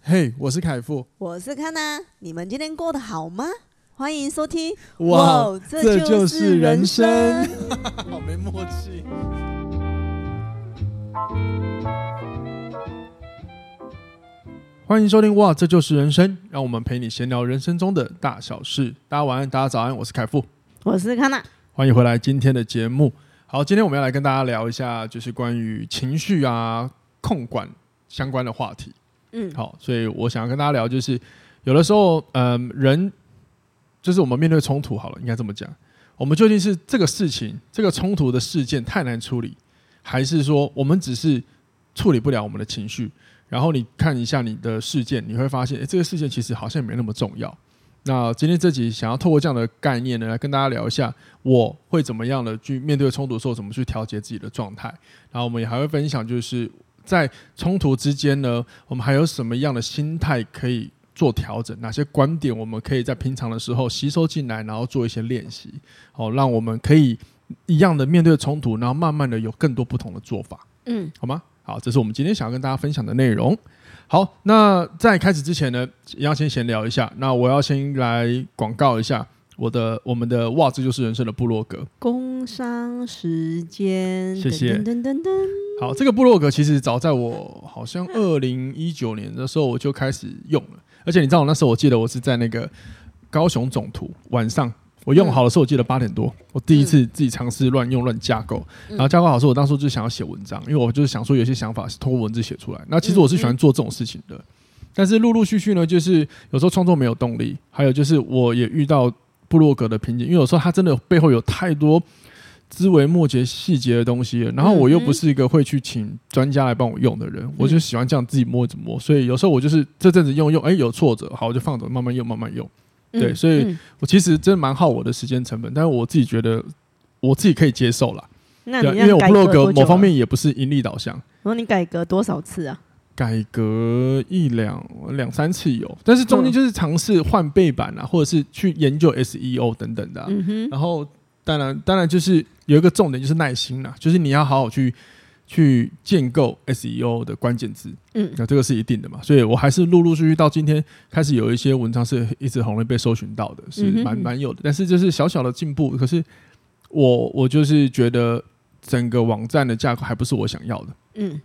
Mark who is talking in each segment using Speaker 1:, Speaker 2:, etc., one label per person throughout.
Speaker 1: 嘿我是凯富，
Speaker 2: 我是康娜，你们今天过得好吗？欢迎收听，哦
Speaker 1: 哇，这
Speaker 2: 就
Speaker 1: 就是人生
Speaker 2: 生。，
Speaker 1: 好没默契。欢迎收听，哇，这就是人生，让我们陪你闲聊人生中的大小事。大家晚安，大家早安，我是凯富，
Speaker 2: 我是康娜，
Speaker 1: 欢迎回来今天的节目。好，今天我们要来跟大家聊一下，就是关于情绪啊控管相关的话题。
Speaker 2: 嗯，
Speaker 1: 好，所以我想要跟大家聊，就是有的时候，嗯、人就是我们面对冲突，好了，应该这么讲，我们究竟是这个事情、这个冲突的事件太难处理，还是说我们只是处理不了我们的情绪？然后你看一下你的事件，你会发现，诶，这个事件其实好像没那么重要。那今天这集想要透过这样的概念呢，来跟大家聊一下，我会怎么样的去面对冲突的时候，怎么去调节自己的状态。然后我们也还会分享，就是在冲突之间呢，我们还有什么样的心态可以做调整？哪些观点我们可以在平常的时候吸收进来，然后做一些练习，哦，让我们可以一样的面对冲突，然后慢慢的有更多不同的做法，
Speaker 2: 嗯，
Speaker 1: 好吗？好，这是我们今天想要跟大家分享的内容。好，那在开始之前呢，一样先闲聊一下。那我要先来广告一下我的我们的哇，这就是人生的部落格。
Speaker 2: 工商时间，
Speaker 1: 谢谢
Speaker 2: 噔噔噔噔，
Speaker 1: 好，这个部落格其实早在我好像二零一九年的时候我就开始用了，而且你知道，我那时候我记得我是在那个高雄总图晚上，我用好的时候我记得八点多，我第一次自己尝试乱用乱架构，
Speaker 2: 嗯
Speaker 1: 然后架构好时候，我当初就想要写文章，因为我就是想说有些想法是通过文字写出来。那其实我是喜欢做这种事情的，但是陆陆续续呢，就是有时候创作没有动力，还有就是我也遇到部落格的瓶颈，因为有时候它真的背后有太多枝微末节、细节的东西了，然后我又不是一个会去请专家来帮我用的人，我
Speaker 2: 嗯
Speaker 1: 就喜欢这样自己摸着摸，所以有时候我就是这阵子用用，哎，有挫折，好，我就放着慢慢用，慢慢用。对
Speaker 2: 嗯
Speaker 1: 所以
Speaker 2: 嗯
Speaker 1: 我其实真的蛮耗我的时间成本，但是我自己觉得我自己可以接受啦。
Speaker 2: 那
Speaker 1: 对啊，
Speaker 2: 你
Speaker 1: 因为我
Speaker 2: 改
Speaker 1: 部
Speaker 2: 革
Speaker 1: 落格
Speaker 2: 多久
Speaker 1: 某方
Speaker 2: 了，
Speaker 1: 面也不是盈利导向，
Speaker 2: 我说你改革多少次啊？
Speaker 1: 改革一两两三次有，但是中间
Speaker 2: 嗯
Speaker 1: 就是尝试换背板啊，或者是去研究 SEO 等等的啊、
Speaker 2: 嗯哼，
Speaker 1: 然后当然当然就是有一个重点就是耐心啦，就是你要好好去去建构 SEO 的关键字，
Speaker 2: 嗯
Speaker 1: 那这个是一定的嘛，所以我还是陆陆续续到今天开始有一些文章是一直很容易被搜寻到的，是
Speaker 2: 嗯哼
Speaker 1: 蛮
Speaker 2: 嗯
Speaker 1: 蛮有的。但是就是小小的进步，可是我我就是觉得整个网站的架构还不是我想要的。
Speaker 2: 嗯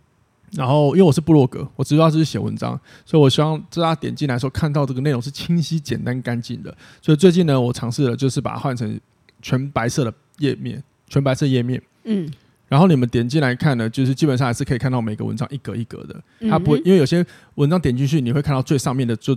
Speaker 1: 然后因为我是部落格，我知道这是写文章，所以我希望大家点进来的时候看到这个内容是清晰、简单、干净的。所以最近呢，我尝试了就是把它换成全白色的页面，全白色页面。
Speaker 2: 嗯，
Speaker 1: 然后你们点进来看呢，就是基本上还是可以看到每个文章一格一格的，
Speaker 2: 嗯
Speaker 1: 它不会
Speaker 2: 哼
Speaker 1: 因为有些文章点进去，你会看到最上面的就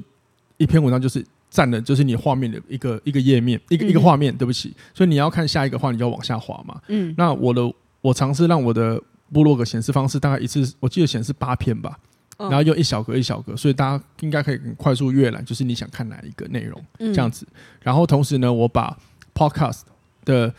Speaker 1: 一篇文章就是占的就是你画面的一个一个页面，一个、
Speaker 2: 嗯
Speaker 1: 一个画面，对不起，所以你要看下一个话，你就要往下滑嘛。
Speaker 2: 嗯
Speaker 1: 那我的我尝试让我的部落格显示方式大概一次，我记得显示八篇吧，
Speaker 2: 嗯
Speaker 1: 然后用一小格一小格，所以大家应该可以很快速阅览，就是你想看哪一个内容。
Speaker 2: 这
Speaker 1: 这样子。然后同时呢，我把 Podcast 的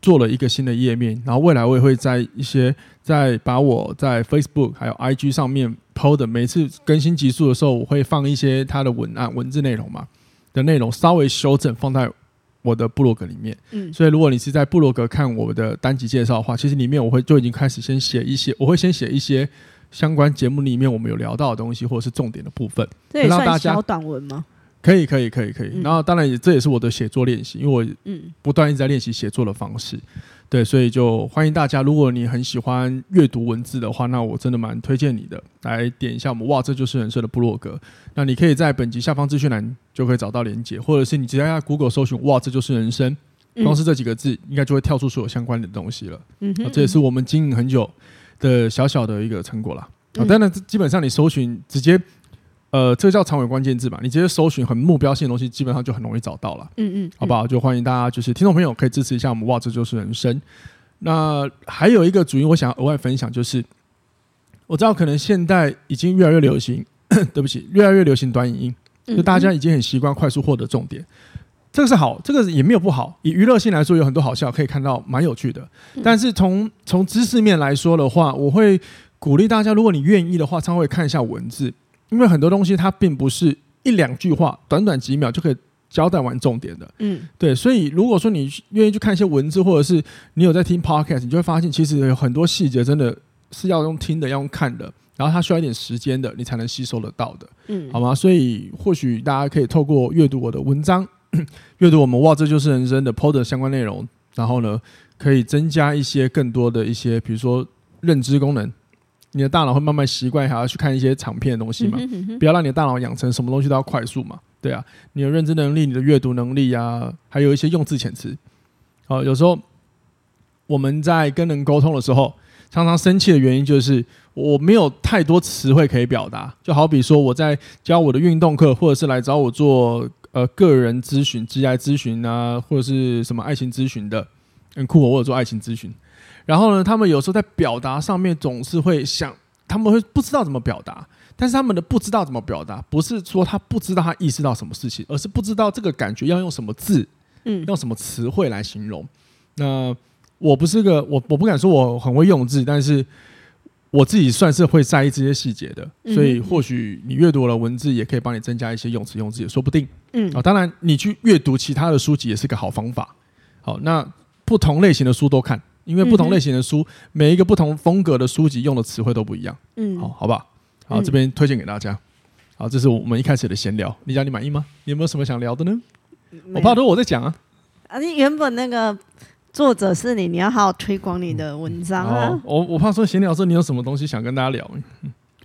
Speaker 1: 做了一个新的页面，然后未来我也会在一些在把我在 Facebook 还有 IG 上面 PO 的每次更新集数的时候，我会放一些它的文案、文字内容嘛的内容稍微修正放在。我的部落格里面，
Speaker 2: 嗯
Speaker 1: 所以如果你是在部落格看我的单集介绍的话，其实里面我会就已经开始先写一些，我会先写一些相关节目里面我们有聊到的东西，或者是重点的部分。
Speaker 2: 这也
Speaker 1: 让大
Speaker 2: 算
Speaker 1: 家
Speaker 2: 小短文吗？
Speaker 1: 可以，可以，可以，可以。
Speaker 2: 嗯
Speaker 1: 然后当然也这也是我的写作练习，因为我
Speaker 2: 嗯
Speaker 1: 不断一直在练习写作的方式，对，所以就欢迎大家，如果你很喜欢阅读文字的话，那我真的蛮推荐你的，来点一下我们哇，这就是人生的部落格。那你可以在本集下方资讯栏就可以找到连接，或者是你直接在 Google 搜寻哇，这就是人生，
Speaker 2: 嗯
Speaker 1: 光是这几个字应该就会跳出所有相关的东西了。
Speaker 2: 嗯
Speaker 1: 啊
Speaker 2: 哼，
Speaker 1: 这也是我们经营很久的小小的一个成果啦。啊，
Speaker 2: 嗯
Speaker 1: 当然，基本上你搜寻直接，呃，这个叫长尾关键字吧，你直接搜寻很目标性的东西，基本上就很容易找到了。
Speaker 2: 嗯嗯，
Speaker 1: 好不好？就欢迎大家，就是听众朋友可以支持一下我们。哇，这就是人生。那还有一个主因，我想额外分享，就是我知道可能现代已经越来越流行， 对不起，越来越流行短影音，
Speaker 2: 嗯？
Speaker 1: 就大家
Speaker 2: 嗯
Speaker 1: 已经很习惯快速获得重点。这个是好，这个也没有不好。以娱乐性来说，有很多好笑可以看到，蛮有趣的
Speaker 2: 嗯。
Speaker 1: 但是从从知识面来说的话，我会鼓励大家，如果你愿意的话，稍微看一下文字，因为很多东西它并不是一两句话、短短几秒就可以交代完重点的。
Speaker 2: 嗯
Speaker 1: 对，所以如果说你愿意去看一些文字，或者是你有在听 podcast，你就会发现其实有很多细节真的是要用听的，要用看的。然后它需要一点时间的，你才能吸收得到的，
Speaker 2: 嗯，
Speaker 1: 好吗？所以或许大家可以透过阅读我的文章，阅读我们“哇，这就是人生”的 PO 的相关内容，然后呢，可以增加一些更多的一些，比如说认知功能，你的大脑会慢慢习惯，还要去看一些长片的东西嘛。
Speaker 2: 嗯哼哼哼
Speaker 1: 不要让你的大脑养成什么东西都要快速嘛，对啊，你的认知能力、你的阅读能力啊，还有一些用字遣词。好、有时候我们在跟人沟通的时候，常常生气的原因就是我没有太多词汇可以表达。就好比说我在教我的运动课，或者是来找我做呃个人咨询、职业咨询啊，或者是什么爱情咨询的，很酷、哦，我有做爱情咨询。然后呢，他们有时候在表达上面总是会想，他们会不知道怎么表达，但是他们的不知道怎么表达，不是说他不知道他意识到什么事情，而是不知道这个感觉要用什么字、
Speaker 2: 嗯，
Speaker 1: 用什么词汇来形容。那我不是个我，我不敢说我很会用字，但是我自己算是会在意这些细节的，
Speaker 2: 嗯
Speaker 1: 所以或许你阅读我的文字，也可以帮你增加一些用词用字，也说不定。
Speaker 2: 嗯
Speaker 1: 啊、当然你去阅读其他的书籍也是个好方法。好，那不同类型的书都看，因为不
Speaker 2: 嗯
Speaker 1: 同
Speaker 2: 哼
Speaker 1: 类型的书，每一个不同风格的书籍用的词汇都不一样。
Speaker 2: 嗯，
Speaker 1: 好好吧，好，
Speaker 2: 嗯
Speaker 1: 这边推荐给大家。好，这是我们一开始的闲聊，你讲你满意吗？你有没有什么想聊的呢？
Speaker 2: 没
Speaker 1: 我
Speaker 2: 有
Speaker 1: 怕都我在讲啊，
Speaker 2: 啊，你原本那个作者是你，你要好好推广你的文章
Speaker 1: 哦
Speaker 2: 啊，。
Speaker 1: 我我怕说闲聊的时候你有什么东西想跟大家聊？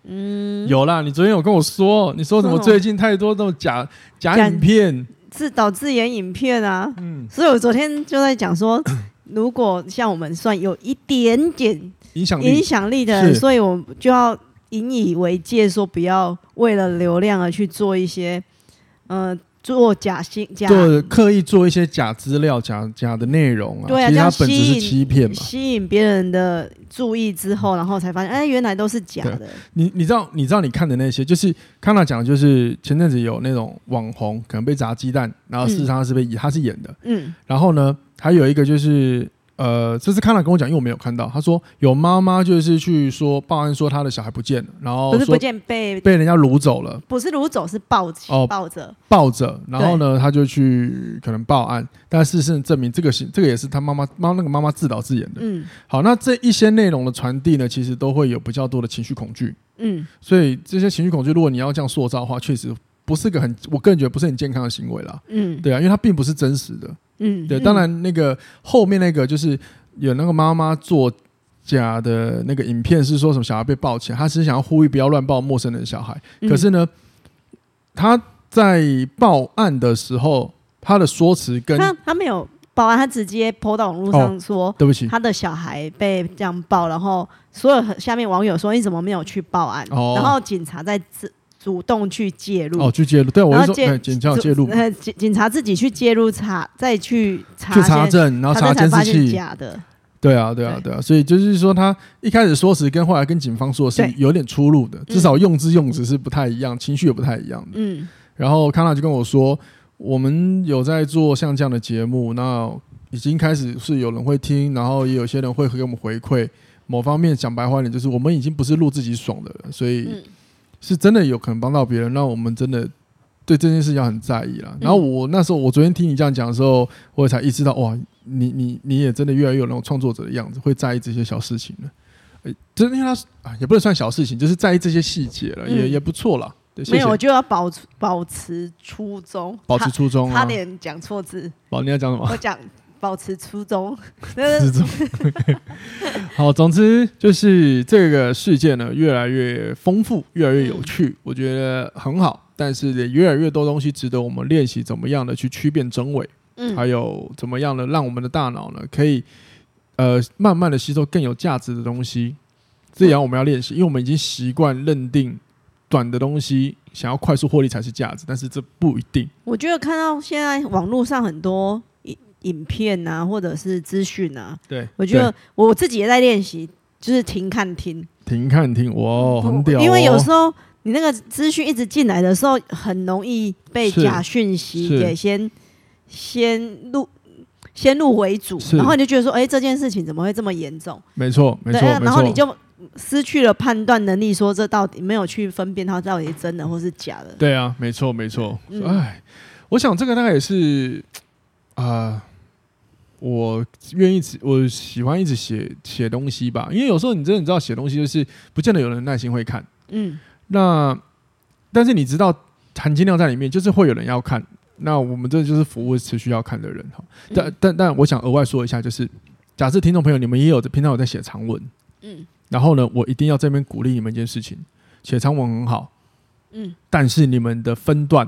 Speaker 1: 嗯，有啦，你昨天有跟我说，你说什么
Speaker 2: 哦
Speaker 1: 最近太多那种假假
Speaker 2: 假
Speaker 1: 影片，
Speaker 2: 自导自演影片啊，
Speaker 1: 嗯，
Speaker 2: 所以我昨天就在 讲说，如果像我们算有一点点
Speaker 1: 影响
Speaker 2: 影
Speaker 1: 力，
Speaker 2: 响力的人，
Speaker 1: 是
Speaker 2: 所以我就要引以为戒，说不要为了流量而去做一些，呃，做假新假
Speaker 1: 做刻意做一些假资料、假假的内容啊，
Speaker 2: 对啊
Speaker 1: 其实
Speaker 2: 这
Speaker 1: 它
Speaker 2: 样
Speaker 1: 本质
Speaker 2: 吸
Speaker 1: 是
Speaker 2: 引
Speaker 1: 欺骗嘛。
Speaker 2: 吸引别人的注意之后，然后才发现，哎，原来都是假的。
Speaker 1: 你你知道你知道你看的那些，就是康纳讲，的就是前阵子有那种网红可能被砸鸡蛋，然后事实上他是被、他是演的，
Speaker 2: 嗯
Speaker 1: 然后呢，还有一个就是，呃，这次康纳跟我讲，因为我没有看到，他说有妈妈就是去说报案说她的小孩不见了，然后
Speaker 2: 不是
Speaker 1: 哦说
Speaker 2: 不见被，
Speaker 1: 被人家掳走了，
Speaker 2: 不是掳走，是抱起
Speaker 1: 哦
Speaker 2: 抱着。
Speaker 1: 抱着，然后呢，他就去可能报案，但事实证明这个行这个也是他妈妈妈那个妈妈自导自演的。
Speaker 2: 嗯
Speaker 1: 好，那这一些内容的传递呢，其实都会有比较多的情绪恐惧，
Speaker 2: 嗯
Speaker 1: 所以这些情绪恐惧，如果你要这样塑造的话，确实不是个很，我个人觉得不是很健康的行为啦。
Speaker 2: 嗯
Speaker 1: 对啊，因为它并不是真实的。
Speaker 2: 嗯，
Speaker 1: 对，
Speaker 2: 嗯
Speaker 1: 当然那个后面那个就是有那个妈妈做假的那个影片，是说什么小孩被抱起来，她只是想要呼吁不要乱抱陌生人的小孩。可是呢，她在报案的时候，她的说辞跟哦
Speaker 2: 他他没有报案，他直接抛到网络上说。
Speaker 1: 对不起，
Speaker 2: 他的小孩被这样报，然后所有下面网友说你怎么没有去报案？
Speaker 1: 哦
Speaker 2: 然后警察在自主动去介入，
Speaker 1: 哦，去介入，对我
Speaker 2: 然
Speaker 1: 是
Speaker 2: 后
Speaker 1: 说，哎，警察有介入嘛，
Speaker 2: 呃，警警察自己去介入查，再去查
Speaker 1: 去查
Speaker 2: 先
Speaker 1: 证，然后查
Speaker 2: 查证才
Speaker 1: 监
Speaker 2: 发
Speaker 1: 视
Speaker 2: 现
Speaker 1: 器，
Speaker 2: 假的。
Speaker 1: 对啊，对啊，对啊，所以就是说，他一开始说辞跟后来跟警方说的是
Speaker 2: 对
Speaker 1: 有点出入的，至少用字用词是不太一样，情绪也不太一样的。
Speaker 2: 嗯
Speaker 1: 然后康纳就跟我说，我们有在做像这样的节目，那已经开始是有人会听，然后也有些人会给我们回馈。某方面讲白话一点，就是我们已经不是录自己爽的了，所以
Speaker 2: 嗯
Speaker 1: 是真的有可能帮到别人。那我们真的对这件事情要很在意啦。
Speaker 2: 嗯
Speaker 1: 然后我那时候，我昨天听你这样讲的时候，我才意识到，哇，你你你也真的越来越有那种创作者的样子，会在意这些小事情了。诶真的，因为他啊，也不能算小事情，就是在意这些细节了，也
Speaker 2: 嗯
Speaker 1: 也不错啦。对，谢
Speaker 2: 没
Speaker 1: 谢
Speaker 2: 有，。我就要保持保持初衷，
Speaker 1: 保持初衷
Speaker 2: 差
Speaker 1: 啊哦
Speaker 2: 差！点讲错字，
Speaker 1: 宝，你要讲什么？
Speaker 2: 我讲保持初衷，就是
Speaker 1: 之中。好，总之就是这个事件呢，越来越丰富，越来越有趣，
Speaker 2: 嗯
Speaker 1: 我觉得很好。但是也越来越多东西值得我们练习，怎么样的去区辨真伪，还
Speaker 2: 嗯
Speaker 1: 有怎么样的让我们的大脑呢，可以呃慢慢的吸收更有价值的东西。这也要我们要练习，因为我们已经习惯认定短的东西想要快速获利才是价值，但是这不一定。
Speaker 2: 我觉得看到现在网络上很多影影片啊，或者是资讯啊，
Speaker 1: 对，
Speaker 2: 我觉得我自己也在练习，就是停看听，
Speaker 1: 对停看停，哇哦，很屌哦、
Speaker 2: 因为有时候你那个资讯一直进来的时候，很容易被
Speaker 1: 是
Speaker 2: 假讯息
Speaker 1: 是
Speaker 2: 给先先入先入为主，
Speaker 1: 是
Speaker 2: 然后你就觉得说，哎、这件事情怎么会这么严重？
Speaker 1: 没错，没
Speaker 2: 对，
Speaker 1: 错，没错，
Speaker 2: 然后你就失去了判断能力，说这到底没有去分辨它到底是真的或是假的。
Speaker 1: 对啊，没错没错。
Speaker 2: 嗯
Speaker 1: 哎、我想这个大概也是啊、我愿意只，我喜欢一直写写东西吧，因为有时候你真的你知道写东西就是不见得有人耐心会看，
Speaker 2: 嗯，
Speaker 1: 那但是你知道含金量在里面，就是会有人要看。那我们这就是服务持续要看的人哈。但
Speaker 2: 嗯
Speaker 1: 但但我想额外说一下，就是假设听众朋友你们也有平常有在写长文，
Speaker 2: 嗯
Speaker 1: 然后呢，我一定要这边鼓励你们一件事情：写长文很好，
Speaker 2: 嗯
Speaker 1: 但是你们的分段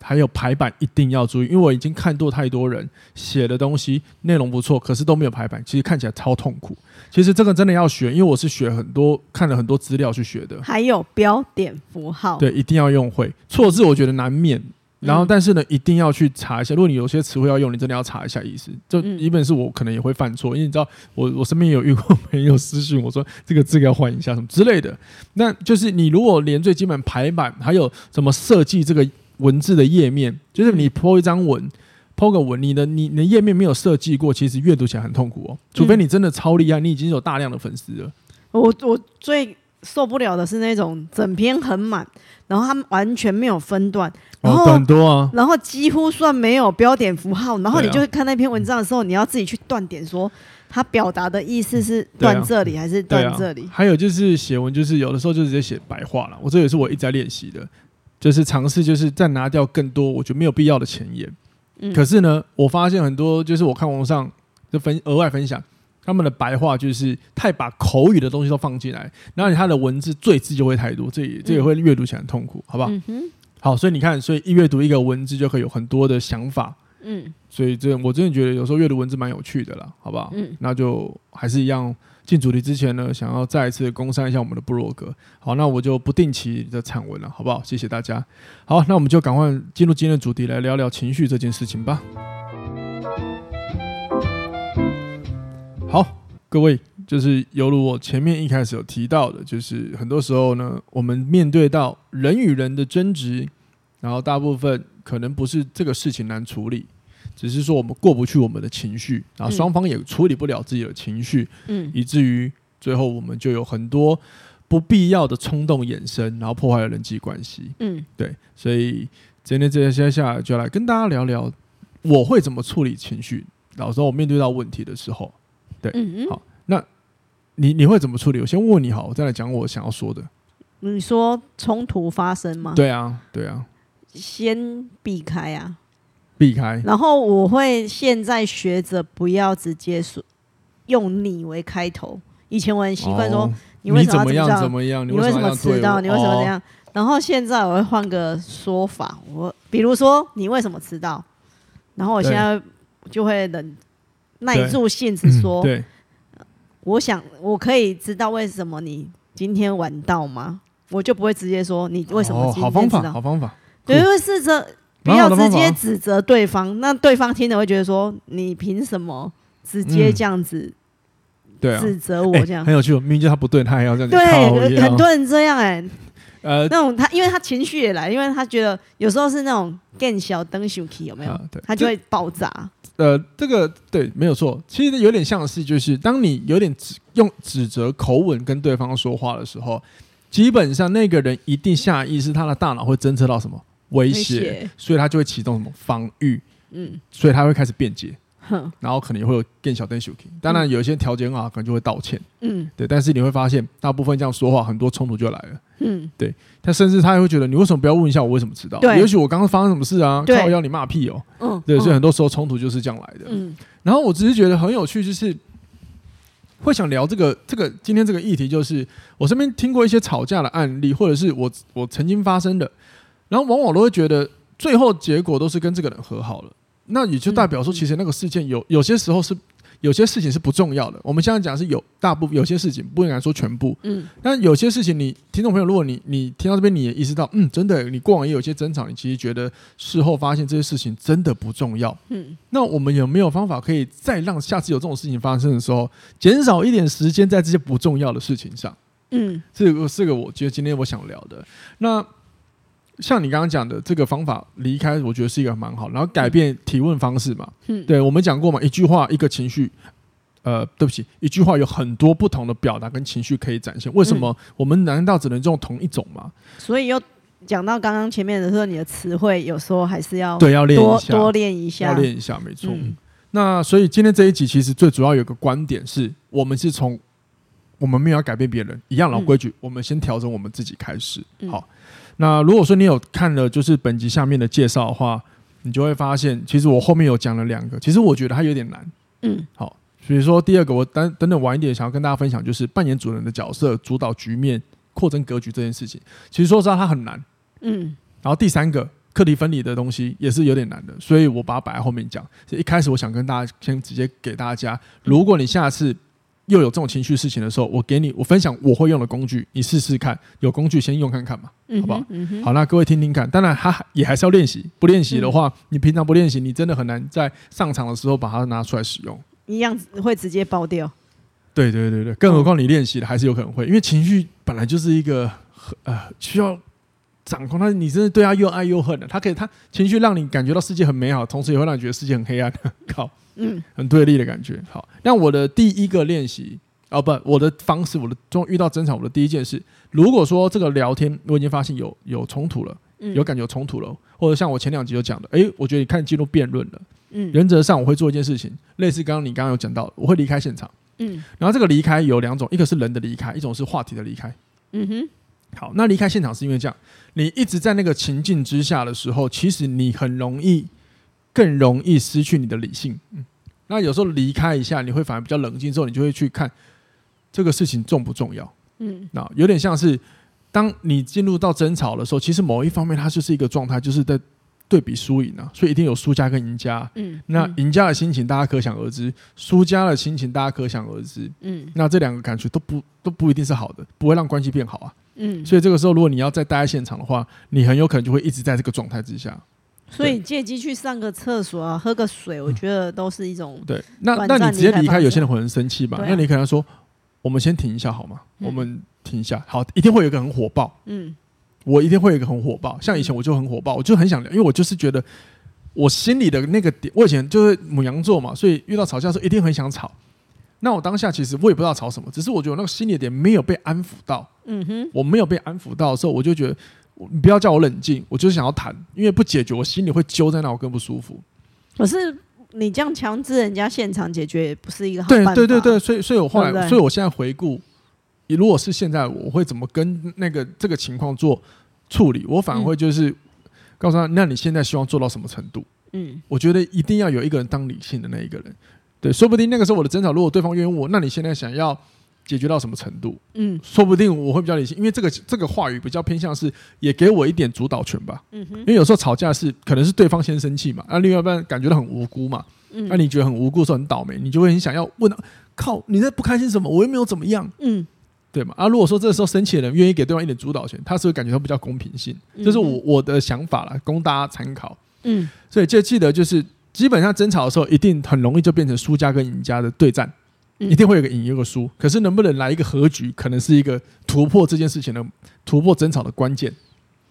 Speaker 1: 还有排版一定要注意，因为我已经看过太多人写的东西内容不错，可是都没有排版，其实看起来超痛苦。其实这个真的要学，因为我是学很多看了很多资料去学的。
Speaker 2: 还有标点符号，
Speaker 1: 对，一定要用会错字，我觉得难免。然后，
Speaker 2: 嗯
Speaker 1: 但是呢，一定要去查一下。如果你有些词汇要用，你真的要查一下意思。就
Speaker 2: 嗯
Speaker 1: 一本是我可能也会犯错，因为你知道，我我身边有遇过朋友私讯我说这个字要换一下什么之类的。那就是你如果连最基本排版，还有怎么设计这个文字的页面，就是
Speaker 2: 嗯
Speaker 1: 你 po 一张文。po 个文，你的你你的页面没有设计过，其实阅读起来很痛苦哦。除
Speaker 2: 嗯
Speaker 1: 非你真的超厉害，你已经有大量的粉丝了。
Speaker 2: 我我最受不了的是那种整篇很满，然后他们完全没有分段，然后、
Speaker 1: 很多啊，
Speaker 2: 然后几乎算没有标点符号，然后你
Speaker 1: 对啊
Speaker 2: 就会看那篇文章的时候，你要自己去断点说他表达的意思是断这里还是
Speaker 1: 对
Speaker 2: 断这
Speaker 1: 啊
Speaker 2: 里。。
Speaker 1: 还有就是写文，就是有的时候就直接写白话了。我这也是我一直在练习的，就是尝试，就是再拿掉更多我觉得没有必要的前言。
Speaker 2: 嗯
Speaker 1: 可是呢，我发现很多就是我看网络上就分额外分享。他们的白话就是太把口语的东西都放进来，然后他的文字赘字就会太多，这也这也会阅读起来很痛苦，好不好？
Speaker 2: 嗯哼，
Speaker 1: 好，所以你看，所以一阅读一个文字就可以有很多的想法，
Speaker 2: 嗯
Speaker 1: 所以这我真的觉得有时候阅读文字蛮有趣的啦，好不好？
Speaker 2: 嗯，
Speaker 1: 那就还是一样。进主题之前呢，想要再一次攻山一下我们的部落格。好，那我就不定期的产文了，好不好？谢谢大家。好，那我们就赶快进入今天的主题，来聊聊情绪这件事情吧。好，各位，就是犹如我前面一开始有提到的，就是很多时候呢，我们面对到人与人的争执，然后大部分可能不是这个事情难处理，只是说我们过不去我们的情绪，然后双方也处理不了自己的情绪，
Speaker 2: 嗯
Speaker 1: 以至于最后我们就有很多不必要的冲动衍生，然后破坏了人际关系。
Speaker 2: 嗯
Speaker 1: 对，所以今天这些下来就来跟大家聊聊我会怎么处理情绪，老时候我面对到问题的时候，
Speaker 2: 嗯嗯
Speaker 1: 好，你你会怎么处理？我先问你好，我再来讲我想要说的。
Speaker 2: 你说冲突发生吗？，
Speaker 1: 对啊，对啊，
Speaker 2: 先避开啊。
Speaker 1: 避开。
Speaker 2: 然后我会现在学着不要直接说用你为开头。以前我很习惯说、
Speaker 1: 哦
Speaker 2: 你为什
Speaker 1: 怎
Speaker 2: 么
Speaker 1: 么样
Speaker 2: 要这么
Speaker 1: 怎么样，
Speaker 2: 你
Speaker 1: 为
Speaker 2: 为什
Speaker 1: 么要
Speaker 2: 么
Speaker 1: 这样对
Speaker 2: 迟到？
Speaker 1: 我
Speaker 2: 你为什么这？
Speaker 1: 哦
Speaker 2: 样？然后现在我会换个说法，我比如说你为什么迟到？然后我现在就会忍耐住性子说，
Speaker 1: 嗯对，
Speaker 2: 我想我可以知道为什么你今天晚到吗？我就不会直接说你为什么
Speaker 1: 哦
Speaker 2: 今
Speaker 1: 好方
Speaker 2: 天迟
Speaker 1: 法，
Speaker 2: 到，
Speaker 1: 好方法。
Speaker 2: 对，会试着不
Speaker 1: 蛮好
Speaker 2: 要
Speaker 1: 的
Speaker 2: 直
Speaker 1: 方法
Speaker 2: 接
Speaker 1: 啊
Speaker 2: 指责对方，那对方听了会觉得说你凭什么直接
Speaker 1: 嗯
Speaker 2: 这样子
Speaker 1: 对啊，
Speaker 2: 指责我
Speaker 1: 哎
Speaker 2: 这样？
Speaker 1: 很有哦趣，明明就他不对，他还要这样子靠
Speaker 2: 对，
Speaker 1: 腰
Speaker 2: 很多人这样哎、
Speaker 1: 呃，
Speaker 2: 那种他，因为他情绪也来，因为他觉得有时候是那
Speaker 1: 嗯
Speaker 2: 种更小灯小气有没有？
Speaker 1: 啊对
Speaker 2: 他就会爆炸。
Speaker 1: 呃，这个对没有错，其实有点像是就是当你有点指用指责口吻跟对方说话的时候，基本上那个人一定下意识他的大脑会侦测到什么威
Speaker 2: 威
Speaker 1: 胁
Speaker 2: 胁，
Speaker 1: 所以他就会启动什么防御，
Speaker 2: 嗯，
Speaker 1: 所以他会开始辩解，
Speaker 2: 哼，
Speaker 1: 然后可能也会有更小灯 s 当然有一些条件啊，可能就会道歉，
Speaker 2: 嗯
Speaker 1: 对，但是你会发现大部分这样说话，很多冲突就来了。
Speaker 2: 嗯，
Speaker 1: 他甚至他还会觉得你为什么不要问一下我为什么迟到？
Speaker 2: 对
Speaker 1: 也许我刚刚发生什么事啊？
Speaker 2: 对
Speaker 1: 靠腰你骂屁哦、
Speaker 2: 嗯，
Speaker 1: 对，所以
Speaker 2: 嗯
Speaker 1: 很多时候冲突就是这样来的。
Speaker 2: 嗯
Speaker 1: 然后我只是觉得很有趣，就是会想聊这个这个今天这个议题，就是我身边听过一些吵架的案例，或者是我我曾经发生的，然后往往都会觉得最后结果都是跟这个人和好了，那也就代表说，
Speaker 2: 嗯嗯
Speaker 1: 其实那个事件有有些时候是。有些事情是不重要的，我们现在讲是有大部有些事情不应该说全部，
Speaker 2: 嗯
Speaker 1: 但有些事情你，听众朋友，如果你你听到这边，你也意识到，嗯，真的，你过往也有一些争吵，你其实觉得事后发现这些事情真的不重要。
Speaker 2: 嗯
Speaker 1: 那我们有没有方法可以再让下次有这种事情发生的时候，减少一点时间在这些不重要的事情上？
Speaker 2: 嗯
Speaker 1: 这个这个，我觉得今天我想聊的。那像你刚刚讲的这个方法，离开我觉得是一个蛮好，然后改变提问方式嘛。
Speaker 2: 嗯，
Speaker 1: 对我们讲过嘛，一句话一个情绪，呃，对不起，一句话有很多不同的表达跟情绪可以展现。为什么
Speaker 2: 嗯
Speaker 1: 我们难道只能用同一种吗？
Speaker 2: 所以又讲到刚刚前面的时候，你的词汇有时候还是要
Speaker 1: 对，要练一
Speaker 2: 哦多
Speaker 1: 下，
Speaker 2: 多练一
Speaker 1: 要
Speaker 2: 下。
Speaker 1: 练一下，没错。
Speaker 2: 嗯
Speaker 1: 那所以今天这一集其实最主要有个观点是，我们是从我们没有要改变别人，一样老规矩，我们先调整我们自己开始。
Speaker 2: 嗯
Speaker 1: 好，那如果说你有看了就是本集下面的介绍的话，你就会发现，其实我后面有讲了两个，其实我觉得它有点难。
Speaker 2: 嗯
Speaker 1: 好，比如说第二个，我等等等晚一点想要跟大家分享，就是扮演主人的角色、主导局面、扩增格局这件事情。其实说实话，它很难。
Speaker 2: 嗯
Speaker 1: 然后第三个课题分离的东西也是有点难的，所以我把它摆在后面讲。所以一开始我想跟大家先直接给大家，如果你下次又有这种情绪事情的时候，我给你我分享我会用的工具，你试试看，有工具先用看看嘛。
Speaker 2: 嗯哼，
Speaker 1: 好不好
Speaker 2: 嗯哼，
Speaker 1: 好，那各位听听看，当然他还也还是要练习，不练习的话，你平常不练习，你真的很难在上场的时候把它拿出来使用。
Speaker 2: 一样会直接爆掉。
Speaker 1: 对对对对，更何况你练习了还是有可能会，因为情绪本来就是一个很呃需要掌控，但是你真的对他又爱又恨的，他可以他情绪让你感觉到世界很美好，同时也会让你觉得世界很黑暗， 靠，
Speaker 2: 嗯
Speaker 1: 很对立的感觉。好，那我的第一个练习啊、不，我的方式，我的终于遇到争吵，我的第一件事，如果说这个聊天我已经发现有有冲突了，
Speaker 2: 嗯，
Speaker 1: 有感觉有冲突了，或者像我前两集有讲的，诶，我觉得你看进入辩论了，
Speaker 2: 嗯
Speaker 1: 原则上我会做一件事情，类似刚刚你刚刚有讲到的，我会离开现场。
Speaker 2: 嗯
Speaker 1: 然后这个离开有两种，一个是人的离开，一种是话题的离开。
Speaker 2: 嗯哼，
Speaker 1: 好，那离开现场是因为这样，你一直在那个情境之下的时候，其实你很容易，更容易失去你的理性。嗯，那有时候离开一下，你会反而比较冷静之后，你就会去看这个事情重不重要。
Speaker 2: 嗯
Speaker 1: 那有点像是，当你进入到争吵的时候，其实某一方面它就是一个状态，就是在对比输赢啊，所以一定有输家跟赢家啊。
Speaker 2: 嗯，
Speaker 1: 那
Speaker 2: 嗯
Speaker 1: 赢家的心情大家可想而知，输家的心情大家可想而知。
Speaker 2: 嗯
Speaker 1: 那这两个感觉都不都不一定是好的，不会让关系变好啊。
Speaker 2: 嗯，
Speaker 1: 所以这个时候，如果你要再待在现场的话，你很有可能就会一直在这个状态之下。
Speaker 2: 所以借机去上个厕所啊，喝个水，
Speaker 1: 嗯
Speaker 2: 我觉得都是一种
Speaker 1: 对，那
Speaker 2: 短
Speaker 1: 那
Speaker 2: 暂
Speaker 1: 你直接离
Speaker 2: 离开
Speaker 1: 开，
Speaker 2: 吧
Speaker 1: 有些人会很生气吧？
Speaker 2: 对啊
Speaker 1: 那你可能说，我们先停一下好吗？
Speaker 2: 嗯
Speaker 1: 我们停一下，好，一定会有一个很火爆，
Speaker 2: 嗯
Speaker 1: 我一定会有一个很火爆。像以前我就很火爆，我就很想聊，因为我就是觉得我心里的那个点，我以前就是母羊座嘛，所以遇到吵架的时候一定很想吵。那我当下其实我也不知道吵什么，只是我觉得我那个心里的点没有被安抚到。
Speaker 2: 嗯哼
Speaker 1: 我没有被安抚到的时候，我就觉得我你不要叫我冷静，我就是想要谈，因为不解决我心里会揪在那，我更不舒服。
Speaker 2: 可是你这样强制人家现场解决，也不是一个好
Speaker 1: 对
Speaker 2: 办法。
Speaker 1: 对对对，，所以所以我后来，
Speaker 2: 对不对
Speaker 1: 所以我现在回顾，如果是现在我，我会怎么跟那个这个情况做处理？我反
Speaker 2: 嗯
Speaker 1: 而会就是告诉他，那你现在希望做到什么程度？
Speaker 2: 嗯
Speaker 1: 我觉得一定要有一个人当理性的那一个人，对，说不定那个时候我的争吵，如果对方冤我，那你现在想要解决到什么程度？
Speaker 2: 嗯
Speaker 1: 说不定我会比较理性，因为这个这个话语比较偏向是也给我一点主导权吧。
Speaker 2: 嗯
Speaker 1: 因
Speaker 2: 哼
Speaker 1: 为有时候吵架是可能是对方先生气嘛，那、另外一半感觉到很无辜嘛，
Speaker 2: 嗯
Speaker 1: 那、你觉得很无辜的时候很倒霉，你就会很想要问他，靠，你在不开心什么？我又没有怎么样，
Speaker 2: 嗯
Speaker 1: 对嘛？啊，如果说这时候生气的人愿意给对方一点主导权，他是会感觉到比较公平性，
Speaker 2: 嗯
Speaker 1: 这是我我的想法啦，供大家参考。
Speaker 2: 嗯
Speaker 1: 所以就记得就是。基本上争吵的时候，一定很容易就变成输家跟赢家的对战，
Speaker 2: 嗯
Speaker 1: 一定会有个赢，有个输。可是能不能来一个和局，可能是一个突破这件事情的突破争吵的关键。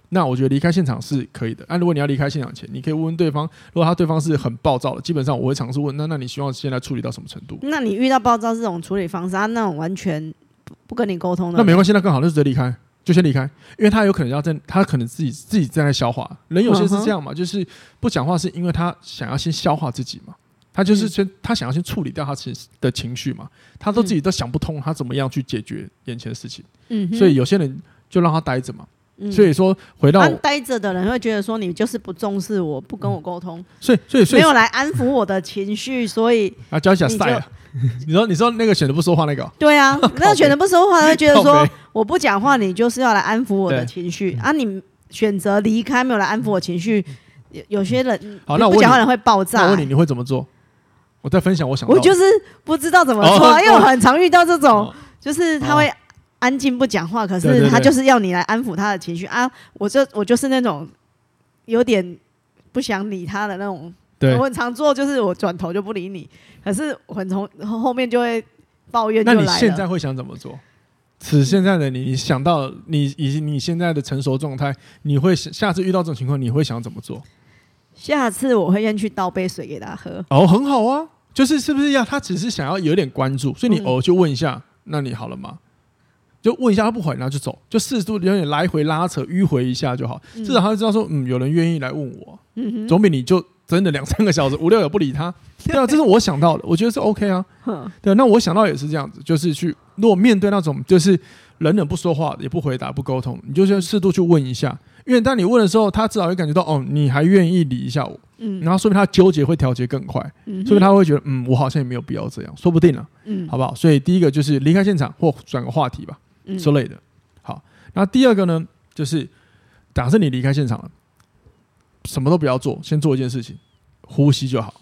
Speaker 1: 那我觉得离开现场是可以的。那、啊如果你要离开现场前，你可以问问对方，如果他对方是很暴躁的，基本上我会尝试问，那那你希望现在处理到什么程度？
Speaker 2: 那你遇到暴躁这种处理方式，他啊那种完全不不跟你沟通的，
Speaker 1: 那没关系，那更好，那就直接离开，就先离开，因为他有可能要在，他可能自己自己正在消化。人有些是这样
Speaker 2: 嗯
Speaker 1: 嘛，就是不讲话是因为他想要先消化自己嘛，他
Speaker 2: 嗯
Speaker 1: 就是先、他想要先处理掉他情的情绪嘛，他都自己都想不通，他怎么样去解决眼前的事情，
Speaker 2: 嗯哼，
Speaker 1: 所以有些人就让他待着嘛。
Speaker 2: 嗯
Speaker 1: 所以说回到，
Speaker 2: 安呆着的人会觉得说你就是不重视我，不跟我沟通，
Speaker 1: 所以所以所
Speaker 2: 没
Speaker 1: 以
Speaker 2: 有来安抚我的情绪，所以
Speaker 1: 啊，教一下
Speaker 2: 你就
Speaker 1: 赛啊， 你说你说那个选择不说话那个哦，
Speaker 2: 对 啊，那选择不说话，他会觉得
Speaker 1: 靠
Speaker 2: 说
Speaker 1: 北
Speaker 2: 我不讲话，你就是要来安抚我的
Speaker 1: 对
Speaker 2: 情绪啊，你选择离开没有来安抚我情绪，有有些人
Speaker 1: 好那我
Speaker 2: 不
Speaker 1: 问
Speaker 2: 讲话
Speaker 1: 你
Speaker 2: 的人会爆
Speaker 1: 那
Speaker 2: 炸
Speaker 1: 我问。你你会怎么做？我再分享我想到
Speaker 2: 我
Speaker 1: 的，
Speaker 2: 就是不知道怎么
Speaker 1: 哦
Speaker 2: 做
Speaker 1: 哦
Speaker 2: 啊，因为我很常遇到这种
Speaker 1: 哦，
Speaker 2: 就是他会安静不讲话，可
Speaker 1: 对对
Speaker 2: 是
Speaker 1: 对
Speaker 2: 他就是要你来安抚他的情绪啊。我就我就是那种有点不想理他的那种
Speaker 1: 对
Speaker 2: 我。很常做，就是我转头就不理你，可是我很从后后面就会抱怨就
Speaker 1: 那你
Speaker 2: 来
Speaker 1: 现
Speaker 2: 了。嗯
Speaker 1: 在会想怎么做？此现在的你，你想到你以及你现在的成熟状态，你会想下次遇到这种情况，你会想怎么做？
Speaker 2: 下次我会先去倒杯水给他喝。
Speaker 1: 哦，很好啊，就是是不是要他只是想要有点关注，所以你
Speaker 2: 嗯
Speaker 1: 偶尔就问一下，那你好了吗？就问一下，他不回，然后就走，就适度有点来回拉扯、迂回一下就好，
Speaker 2: 嗯
Speaker 1: 至少他就知道说，嗯，有人愿意来问我，
Speaker 2: 嗯哼，
Speaker 1: 总比你就真的两三个小时，五六也不理他。对啊，这是我想到的，我觉得是 OK 啊。
Speaker 2: 哼
Speaker 1: 对啊，那我想到也是这样子，就是去如果面对那种就是冷冷不说话的，也不回答、不沟通，你就先适度去问一下，因为当你问的时候，他至少会感觉到哦，你还愿意理一下我，
Speaker 2: 嗯
Speaker 1: 然后说明他纠结会调节更快，
Speaker 2: 嗯
Speaker 1: 所以
Speaker 2: 哼，
Speaker 1: 他会觉得嗯，我好像也没有必要这样，说不定了，
Speaker 2: 嗯
Speaker 1: 好不好？所以第一个就是离开现场或转个话题吧
Speaker 2: 嗯
Speaker 1: 之类的。好，那第二个呢，就是假设你离开现场了，什么都不要做，先做一件事情，呼吸就好。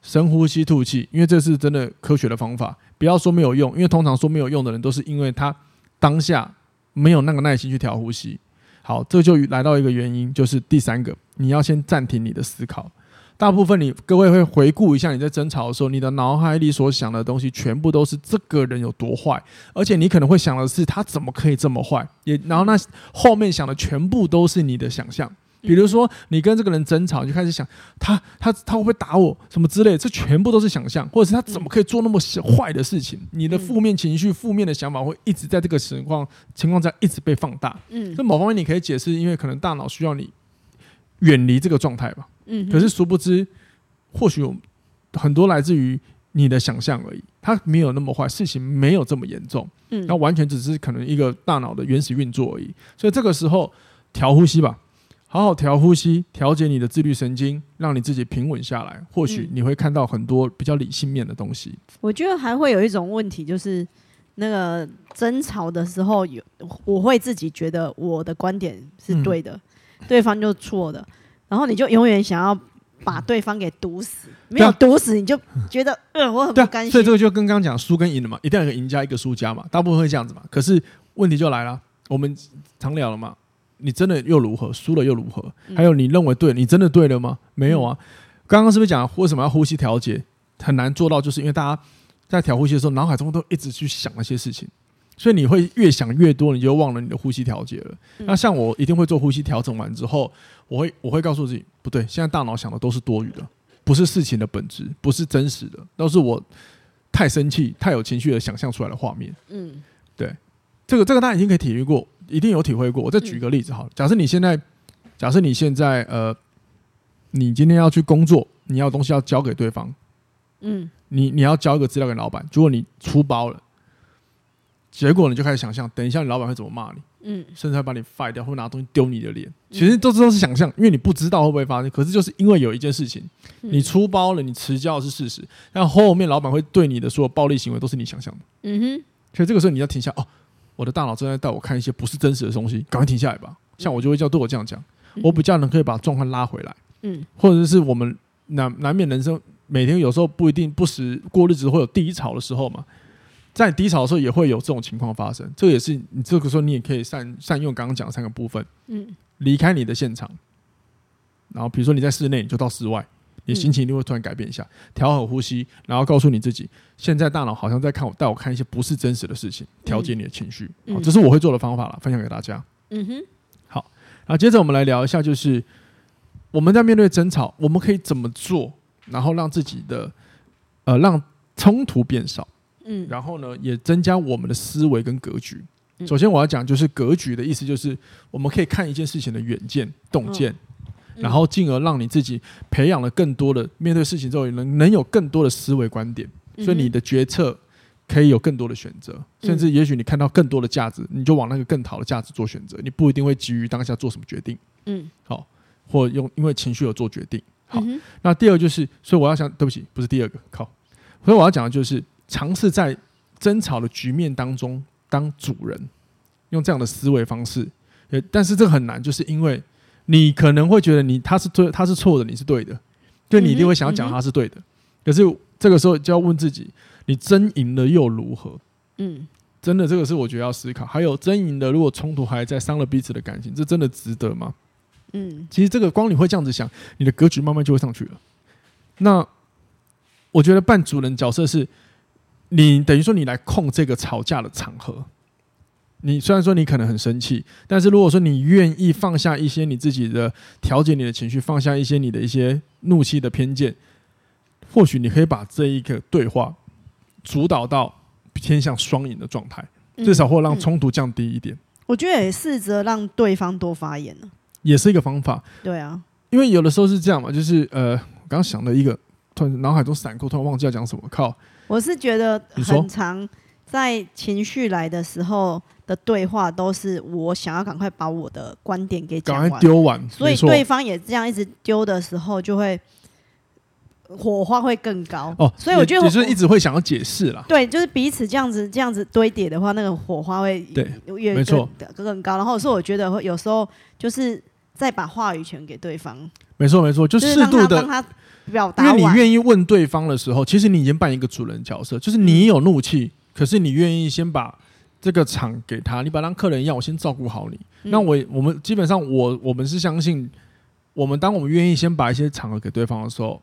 Speaker 1: 深呼吸吐气，因为这是真的科学的方法。不要说没有用，因为通常说没有用的人，都是因为他当下没有那个耐心去调呼吸。好，这就来到一个原因，就是第三个，你要先暂停你的思考。大部分你各位会回顾一下你在争吵的时候，你的脑海里所想的东西，全部都是这个人有多坏，而且你可能会想的是他怎么可以这么坏，也然后那后面想的全部都是你的想象。比如说，你跟这个人争吵，你就开始想他他他会不会打我什么之类，这全部都是想象，或者是他怎么可以做那么小坏的事情？你的负面情绪、负面的想法会一直在这个情况情况下一直被放大。
Speaker 2: 嗯
Speaker 1: 这某方面你可以解释，因为可能大脑需要你远离这个状态吧。
Speaker 2: 嗯，
Speaker 1: 可是殊不知，或许有很多来自于你的想象而已，它没有那么坏，事情没有这么严重，
Speaker 2: 嗯
Speaker 1: 那完全只是可能一个大脑的原始运作而已。所以这个时候调呼吸吧，好好调呼吸，调节你的自律神经，让你自己平稳下来，或许
Speaker 2: 嗯
Speaker 1: 你会看到很多比较理性面的东西。
Speaker 2: 我觉得还会有一种问题，就是那个争吵的时候有，我会自己觉得我的观点是对的，
Speaker 1: 嗯
Speaker 2: 对方就错的，然后你就永远想要把对方给毒死，没有毒死你就觉得，呃，我很
Speaker 1: 啊对
Speaker 2: 不
Speaker 1: 啊
Speaker 2: 甘，
Speaker 1: 所
Speaker 2: 心
Speaker 1: 以这。个就跟刚刚讲输跟赢的嘛，一定要有一个赢家一个输家嘛，大部分会这样子嘛。可是问题就来了，我们常聊了嘛，你真的又如何？输了又如何？
Speaker 2: 嗯
Speaker 1: 还有你认为对，你真的对了吗？没有啊。刚刚是不是讲为什么要呼吸调节很难做到，就是因为大家在调呼吸的时候，脑海中都一直去想那些事情。所以你会越想越多，你就忘了你的呼吸调节了。
Speaker 2: 嗯
Speaker 1: 那像我一定会做呼吸调整完之后，我会我会告诉自己，不对，现在大脑想的都是多余的，不是事情的本质，不是真实的，都是我太生气、太有情绪的想象出来的画面。
Speaker 2: 嗯
Speaker 1: 这个这个大家已经可以体会过，一定有体会过。我再举一个例子好了，假设你现在，假设你现在呃，你今天要去工作，你要东西要交给对方，
Speaker 2: 嗯
Speaker 1: 你你要交一个资料给老板，如果你出包了，结果你就开始想象，等一下你老板会怎么骂你，
Speaker 2: 嗯
Speaker 1: 甚至会把你 fire 掉，或拿东西丢你的脸。其实都这都是想象，因为你不知道会不会发生。可是就是因为有一件事情，
Speaker 2: 嗯
Speaker 1: 你出包了，你迟交是事实，但后面老板会对你的所有暴力行为都是你想象的。
Speaker 2: 嗯哼
Speaker 1: 所以这个时候你要停下哦，我的大脑正在带我看一些不是真实的东西，赶快停下来吧。像我就会叫对我这样讲，我比较能可以把状况拉回来，
Speaker 2: 嗯
Speaker 1: 或者是我们难难免人生每天有时候不一定不时过日子会有低潮的时候嘛，在低潮的时候也会有这种情况发生。这个也是你这个时候你也可以善善用刚刚讲的三个部分，
Speaker 2: 嗯
Speaker 1: 离开你的现场，然后比如说你在室内，你就到室外，你心情一定会突然改变一下，调好呼吸，然后告诉你自己，现在大脑好像在看我，带我看一些不是真实的事情，调节你的情绪。
Speaker 2: 嗯
Speaker 1: 好，这是我会做的方法了，分享给大家。
Speaker 2: 嗯哼
Speaker 1: 然后啊接着我们来聊一下，就是我们在面对争吵，我们可以怎么做，然后让自己的呃让冲突变少。
Speaker 2: 嗯
Speaker 1: 然后呢，也增加我们的思维跟格局。
Speaker 2: 嗯
Speaker 1: 首先，我要讲就是格局的意思，就是我们可以看一件事情的远见、洞见，
Speaker 2: 嗯
Speaker 1: 然后进而让你自己培养了更多的面对事情之后，也能能有更多的思维观点，
Speaker 2: 嗯哼嗯
Speaker 1: 所以你的决策可以有更多的选择，甚至也许你看到更多的价值，你就往那个更好的价值做选择，你不一定会急于当下做什么决定，
Speaker 2: 嗯
Speaker 1: 好，或用因为情绪而做决定。好
Speaker 2: 嗯哼
Speaker 1: 那第二就是，所以我要想，对不起，不是第二个，靠，所以我要讲的就是尝试在争吵的局面当中当主人，用这样的思维方式，也但是这个很难，就是因为你可能会觉得你他是对，他是错的，你是对的，就你一定会想要讲他是对的，可是这个时候就要问自己，你真赢了又如何？
Speaker 2: 嗯
Speaker 1: 真的，这个是我觉得要思考。还有真赢的，如果冲突还在，伤了彼此的感情，这真的值得吗？
Speaker 2: 嗯
Speaker 1: 其实这个光你会这样子想，你的格局慢慢就会上去了。那我觉得扮主人角色是，你等于说你来控这个吵架的场合。你虽然说你可能很生气，但是如果说你愿意放下一些你自己的调节你的情绪，放下一些你的一些怒气的偏见，或许你可以把这一个对话主导到偏向双赢的状态，
Speaker 2: 嗯
Speaker 1: 至少会让
Speaker 2: 嗯
Speaker 1: 冲突降低一点，
Speaker 2: 我觉得也试着让对方多发言呢。啊
Speaker 1: 也是一个方法。
Speaker 2: 对啊，
Speaker 1: 因为有的时候是这样嘛，就是呃，刚刚想了一个，突然脑海中闪过，突然忘记要讲什么。靠，
Speaker 2: 我是觉得
Speaker 1: 你说
Speaker 2: 很常在情绪来的时候的对话，都是我想要赶快把我的观点给讲
Speaker 1: 赶快
Speaker 2: 完，
Speaker 1: 丢完，
Speaker 2: 所以
Speaker 1: 没错
Speaker 2: 对方也这样一直丢的时候，就会火花会更高。
Speaker 1: 哦，
Speaker 2: 所以我觉得
Speaker 1: 也
Speaker 2: 我
Speaker 1: 就是一直会想要解释啦。
Speaker 2: 对，就是彼此这样子这样子堆叠的话，那个火花会
Speaker 1: 对
Speaker 2: 越
Speaker 1: 没错
Speaker 2: 更更高。然后所以我觉得会有时候就是再把话语权给对方，
Speaker 1: 没错没错，就
Speaker 2: 就是
Speaker 1: 适
Speaker 2: 让
Speaker 1: 度
Speaker 2: 他
Speaker 1: 的
Speaker 2: 让他表
Speaker 1: 因
Speaker 2: 达
Speaker 1: 为你
Speaker 2: 完。
Speaker 1: 愿意问对方的时候，其实你已经扮演一个主人角色，就是你有怒气，可是你愿意先把这个场给他，你把他当客人一样，我先照顾好你。
Speaker 2: 嗯
Speaker 1: 那我也我们基本上我我们是相信，我们当我们愿意先把一些场合给对方的时候，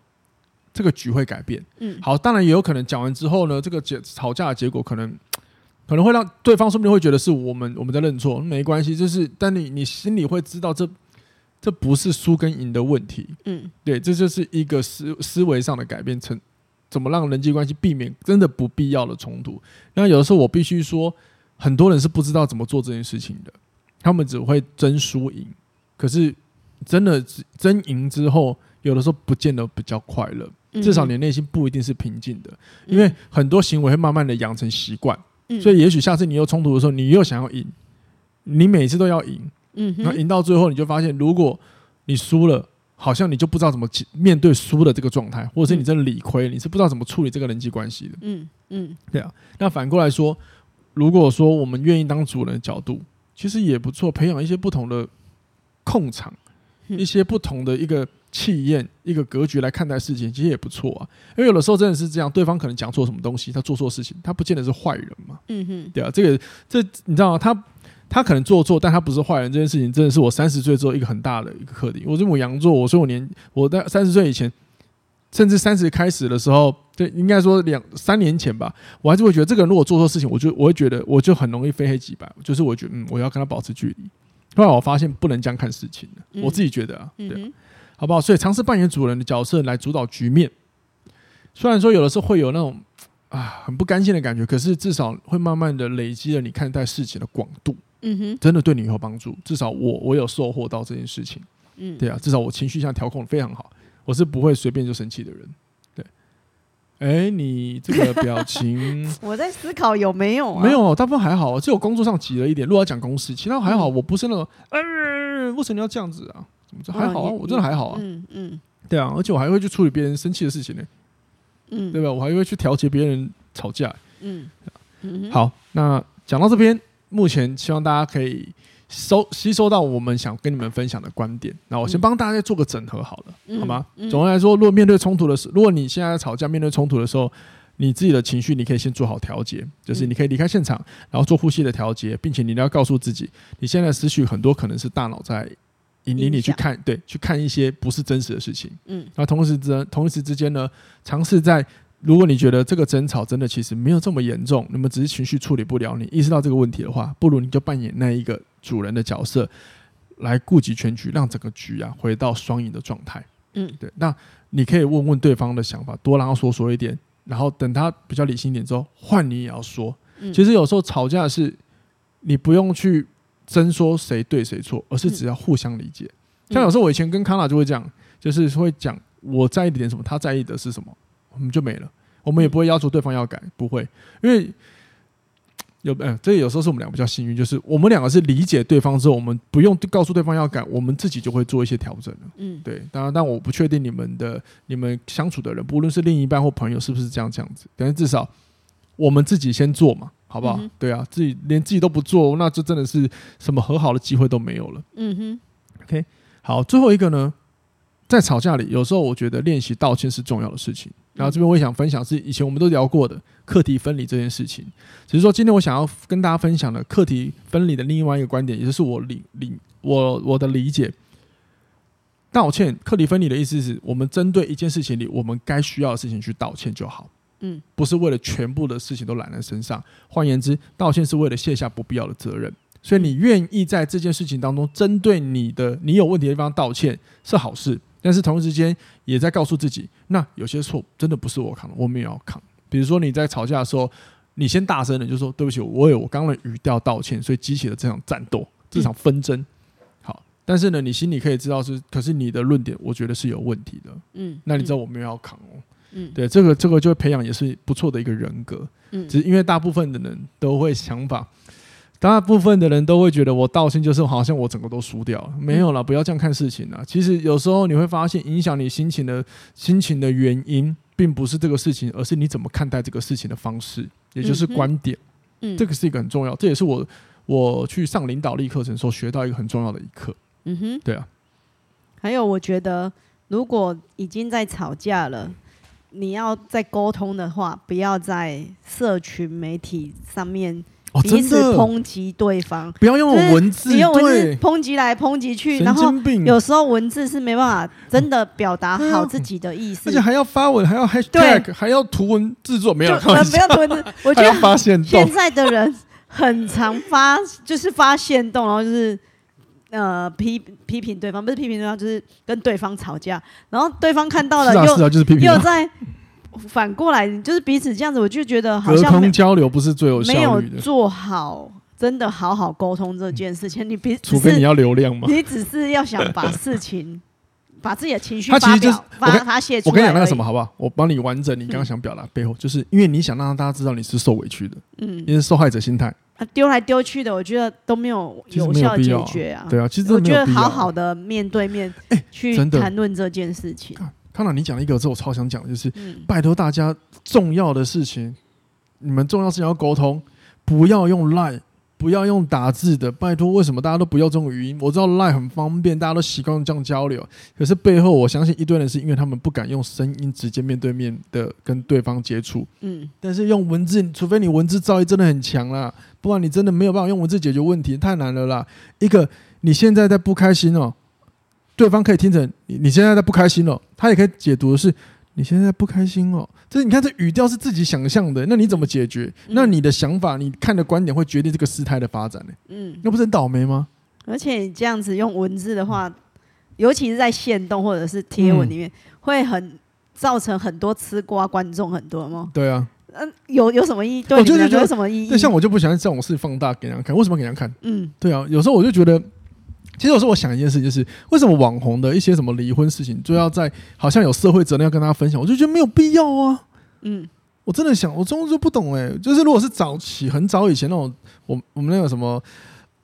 Speaker 1: 这个局会改变。
Speaker 2: 嗯
Speaker 1: 好，当然也有可能讲完之后呢，这个结吵架的结果可能可能会让对方说不定会觉得是我们我们在认错，没关系，就是但你你心里会知道这这不是输跟赢的问题，
Speaker 2: 嗯
Speaker 1: 对，这就是一个思思维上的改变，成怎么让人际关系避免真的不必要的冲突。那有的时候我必须说，很多人是不知道怎么做这件事情的，他们只会争输赢，可是真的争赢之后，有的时候不见得比较快乐，
Speaker 2: 嗯
Speaker 1: 至少你内心不一定是平静的，
Speaker 2: 嗯
Speaker 1: 因为很多行为会慢慢的养成习惯，
Speaker 2: 嗯
Speaker 1: 所以也许下次你又冲突的时候，你又想要赢，你每次都要赢，
Speaker 2: 嗯
Speaker 1: 那
Speaker 2: 哼
Speaker 1: 赢到最后，你就发现，如果你输了，好像你就不知道怎么起面对输的这个状态，或者是你真的理亏，你是不知道怎么处理这个人际关系的。
Speaker 2: 嗯嗯
Speaker 1: 对啊，那反过来说，如果说我们愿意当主人的角度，其实也不错，培养一些不同的控场，
Speaker 2: 嗯
Speaker 1: 一些不同的一个气焰、一个格局来看待事情，其实也不错啊。因为有的时候真的是这样，对方可能讲错什么东西，他做错事情，他不见得是坏人嘛。
Speaker 2: 嗯哼
Speaker 1: 对啊，这个这你知道吗？他他可能做错，但他不是坏人，这件事情真的是我三十岁之后一个很大的一个课题。我是母羊座，我说我年我在三十岁以前，甚至三十开始的时候，对，应该说两三年前吧，我还是会觉得这个人如果做错事情，我就我会觉得我就很容易非黑即白，就是我觉得嗯，我要跟他保持距离。后来我发现不能这样看事情的，
Speaker 2: 嗯
Speaker 1: 我自己觉得啊，对
Speaker 2: 嗯
Speaker 1: 啊
Speaker 2: 哼
Speaker 1: 好不好？所以尝试扮演主人的角色来主导局面。虽然说有的时候会有那种啊很不甘心的感觉，可是至少会慢慢的累积了你看待事情的广度，
Speaker 2: 嗯哼
Speaker 1: 真的对你有帮助。至少我我有收获到这件事情，
Speaker 2: 嗯
Speaker 1: 对啊，至少我情绪上调控得非常好，我是不会随便就生气的人。对，哎、你这个表 情
Speaker 2: 我在思考有没有啊？
Speaker 1: 没，有，大部分还好，只有工作上急了一点。如果要讲公司，其他还
Speaker 2: 嗯
Speaker 1: 好，我不是那种，呃，为什么你要这样子啊？怎么这还好啊，
Speaker 2: 哦你
Speaker 1: 我真的还好啊。
Speaker 2: 嗯嗯
Speaker 1: 对啊，而且我还会去处理别人生气的事情呢、
Speaker 2: 嗯，
Speaker 1: 对吧？我还会去调节别人吵架。
Speaker 2: 嗯嗯哼，
Speaker 1: 好，那讲到这边，目前希望大家可以收吸收到我们想跟你们分享的观点。那我先
Speaker 2: 嗯
Speaker 1: 帮大家做个整合好了，
Speaker 2: 嗯
Speaker 1: 好吗？
Speaker 2: 嗯
Speaker 1: 总的来说，如果面对冲突的时，如果你现在吵架面对冲突的时候，你自己的情绪你可以先做好调节，就是
Speaker 2: 嗯
Speaker 1: 你可以离开现场，然后做呼吸的调节，并且你一定要告诉自己，你现在的思绪很多可能是大脑在引领你
Speaker 2: 影
Speaker 1: 去
Speaker 2: 响
Speaker 1: 看，对，去看一些不是真实的事情。
Speaker 2: 嗯
Speaker 1: 那同时之同时之间呢，尝试在如果你觉得这个争吵真的其实没有这么严重，那么只是情绪处理不了，你意识到这个问题的话，不如你就扮演那一个主人的角色，来顾及全局，让整个局啊回到双赢的状态。
Speaker 2: 嗯
Speaker 1: 对，那你可以问问对方的想法，多让他说说一点，然后等他比较理性一点之后，换你也要说。
Speaker 2: 嗯，
Speaker 1: 其
Speaker 2: 实
Speaker 1: 实有时候吵架是你不用去争说谁对谁错，而是只要互相理解。
Speaker 2: 嗯
Speaker 1: 像有时候我以前跟康娜就会讲，就是会讲我在意的点什么，他在意的是什么，我们就没了。我
Speaker 2: 嗯
Speaker 1: 们也不会要求对方要改，不会，因为有嗯、这有时候是我们俩比较幸运，就是我们两个是理解对方之后，我们不用告诉对方要改，我们自己就会做一些调整了。
Speaker 2: 嗯
Speaker 1: 对，当然，但我不确定你们的你们相处的人，不论是另一半或朋友，是不是这样这样子。但是至少我们自己先做嘛，好不好？
Speaker 2: 嗯哼
Speaker 1: 对啊，自己连自己都不做，那就真的是什么和好的机会都没有了。
Speaker 2: 嗯哼
Speaker 1: 好，最后一个呢，在吵架里，有时候我觉得练习道歉是重要的事情。然后这边我也想分享是以前我们都聊过的课题分离这件事情，只是说今天我想要跟大家分享的课题分离的另外一个观点，也就是我理理我我的理解。道歉课题分离的意思是我们针对一件事情里我们该需要的事情去道歉就好，
Speaker 2: 嗯
Speaker 1: 不是为了全部的事情都揽在身上。换言之，道歉是为了卸下不必要的责任。所以你愿意在这件事情当中针对你的你有问题的地方道歉是好事，但是同时间也在告诉自己，那有些错真的不是我扛的，我们也要扛。比如说你在吵架的时候，你先大声的就说对不起，我有我刚刚的语调道歉，所以激起了这场战斗，这场纷争。好，但是呢，你心里可以知道是，可是你的论点，我觉得是有问题的。
Speaker 2: 嗯，
Speaker 1: 那你知道我没有要扛哦，
Speaker 2: 嗯，嗯，
Speaker 1: 对，这个这个就会培养也是不错的一个人格。
Speaker 2: 嗯，
Speaker 1: 只是因为大部分的人都会想法，大部分的人都会觉得我道歉就是好像我整个都输掉了，没有啦，不要这样看事情啦。其实有时候你会发现，影响你心情的心情的原因，并不是这个事情，而是你怎么看待这个事情的方式，也就是
Speaker 2: 嗯哼
Speaker 1: 观点。
Speaker 2: 嗯，
Speaker 1: 这个是一个很重要，这也是我我去上领导力课程时候学到一个很重要的一课。
Speaker 2: 嗯哼，
Speaker 1: 对啊，
Speaker 2: 还有我觉得，如果已经在吵架了，你要再沟通的话，不要在社群媒体上面
Speaker 1: 哦，
Speaker 2: 彼
Speaker 1: 真
Speaker 2: 此
Speaker 1: 的，
Speaker 2: 抨击对方，
Speaker 1: 不要用
Speaker 2: 就是
Speaker 1: 文字，
Speaker 2: 你用文字
Speaker 1: 对
Speaker 2: 抨击来抨击去，然
Speaker 1: 神
Speaker 2: 后
Speaker 1: 经病，
Speaker 2: 有时候文字是没办法真的表达
Speaker 1: 对啊
Speaker 2: 好自己的意思
Speaker 1: 而且，还要发文，还要 hashtag，还要图文制作，没有
Speaker 2: 就
Speaker 1: 啦开玩
Speaker 2: 呃不
Speaker 1: 笑，
Speaker 2: 要文字， 我觉
Speaker 1: 还要
Speaker 2: 得
Speaker 1: 发现
Speaker 2: 现
Speaker 1: 动，
Speaker 2: 在的人很常发，就是发现动，然后就是呃批批评对方，不是批评对方，就是跟对方吵架，然后对方看到了
Speaker 1: 是啊
Speaker 2: 又、
Speaker 1: 是啊，就是批评
Speaker 2: 又
Speaker 1: 啊。
Speaker 2: 在反过来，就是彼此这样子，我就觉得好
Speaker 1: 隔
Speaker 2: 像没
Speaker 1: 空交流不是最有
Speaker 2: 没
Speaker 1: 效
Speaker 2: 有
Speaker 1: 率的，
Speaker 2: 做好真的好好沟通这件事情。你别
Speaker 1: 除
Speaker 2: 只
Speaker 1: 非你
Speaker 2: 是
Speaker 1: 要流量嘛。
Speaker 2: 你只是要想把事情。把自己的情绪
Speaker 1: 他其
Speaker 2: 发
Speaker 1: 实就是
Speaker 2: 表
Speaker 1: 我
Speaker 2: 发
Speaker 1: 跟
Speaker 2: 发泄出
Speaker 1: 我
Speaker 2: 来。
Speaker 1: 跟你讲那个什么，，好不好？我帮你完整你刚刚
Speaker 2: 嗯
Speaker 1: 想表达背后，就是因为你想让大家知道你是受委屈的，
Speaker 2: 嗯，
Speaker 1: 因为受害者心态。
Speaker 2: 啊丢来丢去的，我觉得都没有
Speaker 1: 其实
Speaker 2: 有
Speaker 1: 没有
Speaker 2: 效
Speaker 1: 必
Speaker 2: 解
Speaker 1: 要啊
Speaker 2: 决啊。
Speaker 1: 对啊，其实
Speaker 2: 我
Speaker 1: 真的
Speaker 2: 觉
Speaker 1: 没有
Speaker 2: 得
Speaker 1: 必要啊。
Speaker 2: 好
Speaker 1: 哎
Speaker 2: 好的面对面去
Speaker 1: 真的
Speaker 2: 谈论这件事情。
Speaker 1: 康纳，你讲一个之后，我超想讲的就是，
Speaker 2: 嗯
Speaker 1: 拜托大家，重要的事情，你们重要事情要沟通，不要用 Line，不要用打字的。拜托，为什么大家都不要这种语音？我知道 Line 很方便，大家都习惯这样交流，可是背后我相信一堆人是因为他们不敢用声音直接面对面的跟对方接触，
Speaker 2: 嗯
Speaker 1: 但是用文字，除非你文字造诣真的很强啦，不然你真的没有办法用文字解决问题，太难了啦。一个你现在在不开心哦，对方可以听成你你现在在不开心哦，他也可以解读的是你现在在不开心哦。这你看这语调是自己想象的，那你怎么解决？
Speaker 2: 嗯
Speaker 1: 那你的想法，你看的观点会决定这个事态的发展呢、
Speaker 2: 嗯，
Speaker 1: 那不是很倒霉吗？
Speaker 2: 而且你这样子用文字的话，尤其是在线动或者是贴文
Speaker 1: 嗯
Speaker 2: 里面，会很造成很多吃瓜观众很多吗？
Speaker 1: 对啊，
Speaker 2: 嗯，有有什么意义？对
Speaker 1: 我
Speaker 2: 你
Speaker 1: 就
Speaker 2: 们
Speaker 1: 是
Speaker 2: 来
Speaker 1: 觉
Speaker 2: 说
Speaker 1: 得
Speaker 2: 有什么意义
Speaker 1: 那？像我就不喜欢这种事放大给人家看，为什么给人家看？
Speaker 2: 嗯
Speaker 1: 对啊，有时候我就觉得，其实有时候我想一件事，就是为什么网红的一些什么离婚事情，就要在好像有社会责任要跟大家分享，我就觉得没有必要啊。
Speaker 2: 嗯
Speaker 1: 我真的想，我真的不懂哎、就是如果是早期很早以前那种，我我们那个什么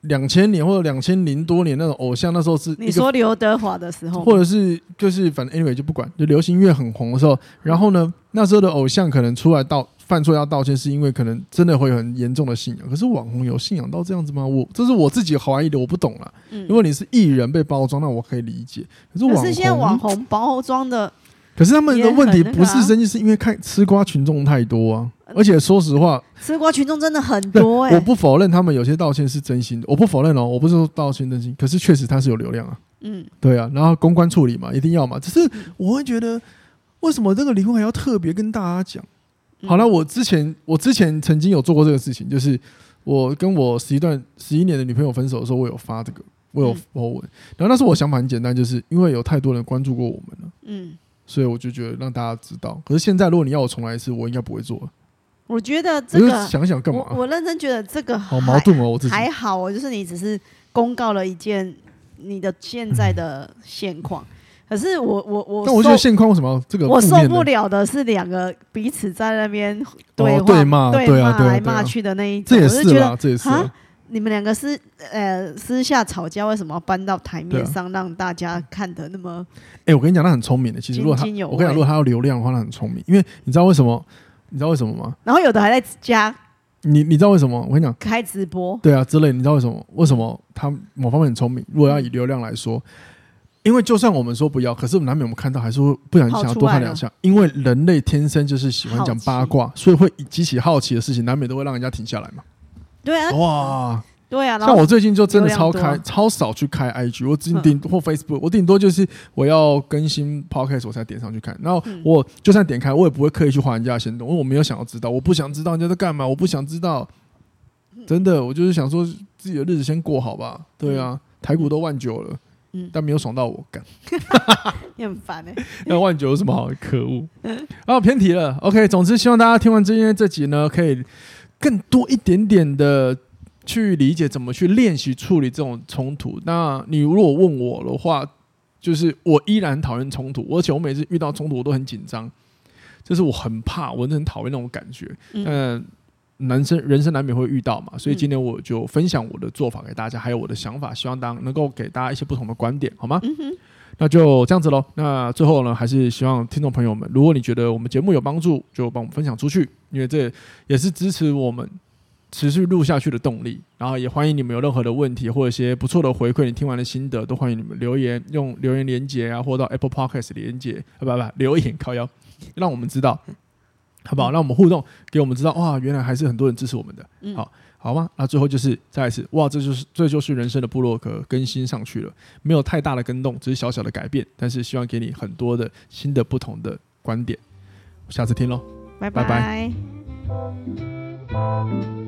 Speaker 1: 两千年或者两千零多年那种偶像，那时候是一
Speaker 2: 你
Speaker 1: 个
Speaker 2: 说刘德华的时候吗，
Speaker 1: 或者是就是反正 anyway 就不管，就流行音乐很红的时候，然后呢，那时候的偶像可能出来道犯错要道歉，是因为可能真的会有很严重的信仰。可是网红有信仰到这样子吗？我这是我自己怀疑的，我不懂啦。
Speaker 2: 嗯
Speaker 1: 如果你是艺人被包装，那我可以理解。可是网
Speaker 2: 可
Speaker 1: 红，
Speaker 2: 是现在网红包装的，
Speaker 1: 可是他们的问题
Speaker 2: 也很那个
Speaker 1: 不
Speaker 2: 啊呃
Speaker 1: 是生意，是因为看吃瓜群众太多啊。而且说实话，
Speaker 2: 吃瓜群众真的很
Speaker 1: 对
Speaker 2: 多哎、
Speaker 1: 我不否认他们有些道歉是真心的，我不否认哦，我不是说道歉真心，可是确实他是有流量啊。
Speaker 2: 嗯
Speaker 1: 对啊，然后公关处理嘛，一定要嘛。只是我会觉得，为什么这个离婚还要特别跟大家讲？
Speaker 2: 嗯
Speaker 1: 好了，我之前我之前曾经有做过这个事情，就是我跟我十一段十一年的女朋友分手的时候，我有发这个，我有
Speaker 2: 嗯
Speaker 1: po 文。然后那时候我想法很简单，就是因为有太多人关注过我们了，
Speaker 2: 嗯，
Speaker 1: 所以我就觉得让大家知道。可是现在如果你要我重来一次，我应该不会做了。
Speaker 2: 我觉得
Speaker 1: 我
Speaker 2: 这
Speaker 1: 就
Speaker 2: 个
Speaker 1: 想想干
Speaker 2: 我
Speaker 1: 嘛？
Speaker 2: 我认真觉得这个
Speaker 1: 好
Speaker 2: 还
Speaker 1: 矛盾哦，我自己。
Speaker 2: 还好哦，就是你只是公告了一件你的现在的现况，可是我我我
Speaker 1: 嗯但我觉得现况为什么要这个
Speaker 2: 我
Speaker 1: 负
Speaker 2: 受
Speaker 1: 面呢
Speaker 2: 不了的是两个彼此在那边对
Speaker 1: 哦
Speaker 2: 话、
Speaker 1: 对骂对啊对啊
Speaker 2: 来
Speaker 1: 对啊
Speaker 2: 骂去的那一种，
Speaker 1: 这也
Speaker 2: 我
Speaker 1: 是
Speaker 2: 就觉
Speaker 1: 啦
Speaker 2: 得，啊
Speaker 1: 这也是啦
Speaker 2: 哈。你们两个私呃私下吵架，为什么要搬到台
Speaker 1: 啊
Speaker 2: 面上、让大家看得那么
Speaker 1: 哎、我跟你讲，他很聪明的。其实如果他，
Speaker 2: 津津有味
Speaker 1: 我跟你讲，如果他要流量的话，他很聪明，因为你知道为什么？你知道为什么吗？
Speaker 2: 然后有的还在家
Speaker 1: 你你知道为什么？我跟你讲，
Speaker 2: 开直播，
Speaker 1: 对啊，之类，你知道为什么？为什么他某方面很聪明？如果要以流量来说，因为就算我们说不要，可是难免我们看到还是会不小心想要多看两下，因为人类天生就是喜欢讲八卦，所以会激起好奇的事情，难免都会让人家停下来嘛。
Speaker 2: 对啊
Speaker 1: 哇！
Speaker 2: 对啊，然
Speaker 1: 哦像
Speaker 2: 后
Speaker 1: 我最近就真的超
Speaker 2: 流
Speaker 1: 开
Speaker 2: 量多嗯
Speaker 1: 超少去开 IG，我顶顶或 Facebook，我顶多就是我要更新 Podcast 我才点上去看。然后
Speaker 2: 嗯
Speaker 1: 我就算点开，我也不会刻意去划人家的行动，因为我没有想要知道，我不想知道人家在干嘛，我不想知道。
Speaker 2: 嗯
Speaker 1: 真的，我就是想说自己的日子先过好吧。对啊，台股都万九了，
Speaker 2: 嗯
Speaker 1: 但没有爽到我，干
Speaker 2: 你很烦哎、
Speaker 1: 那万九有什么好？可恶！
Speaker 2: 嗯
Speaker 1: 啊，偏题了。OK，总之希望大家听完今天这集呢，可以更多一点点的去理解怎么去练习处理这种冲突。那你如果问我的话，就是我依然讨厌冲突，而且我每次遇到冲突我都很紧张，就是我很怕，我真的很讨厌那种感觉。
Speaker 2: 嗯
Speaker 1: 嗯，男生人生难免会遇到嘛，所以
Speaker 2: 嗯
Speaker 1: 今天我就分享我的做法给大家，还有我的想法，希望大家能够给大家一些不同的观点，好吗？
Speaker 2: 嗯哼，
Speaker 1: 那就这样子喽。那最后呢，还是希望听众朋友们，如果你觉得我们节目有帮助，就帮我们分享出去，因为这也是支持我们持续录下去的动力。然后也欢迎你们有任何的问题或者一些不错的回馈，你听完的心得都欢迎你们留言，用留言连接啊，或到 Apple Podcast 连接，啊不不不，留言靠腰，让我们知道，好不好？让我们互动，给我们知道，哇，原来还是很多人支持我们的。
Speaker 2: 嗯
Speaker 1: 好好吗？那最后就是再一次，哇，这就是这就是人生的部落格更新上去了，没有太大的跟动，只是小小的改变，但是希望给你很多的新的不同的观点。下次听喽。拜
Speaker 2: 拜
Speaker 1: 拜
Speaker 2: 拜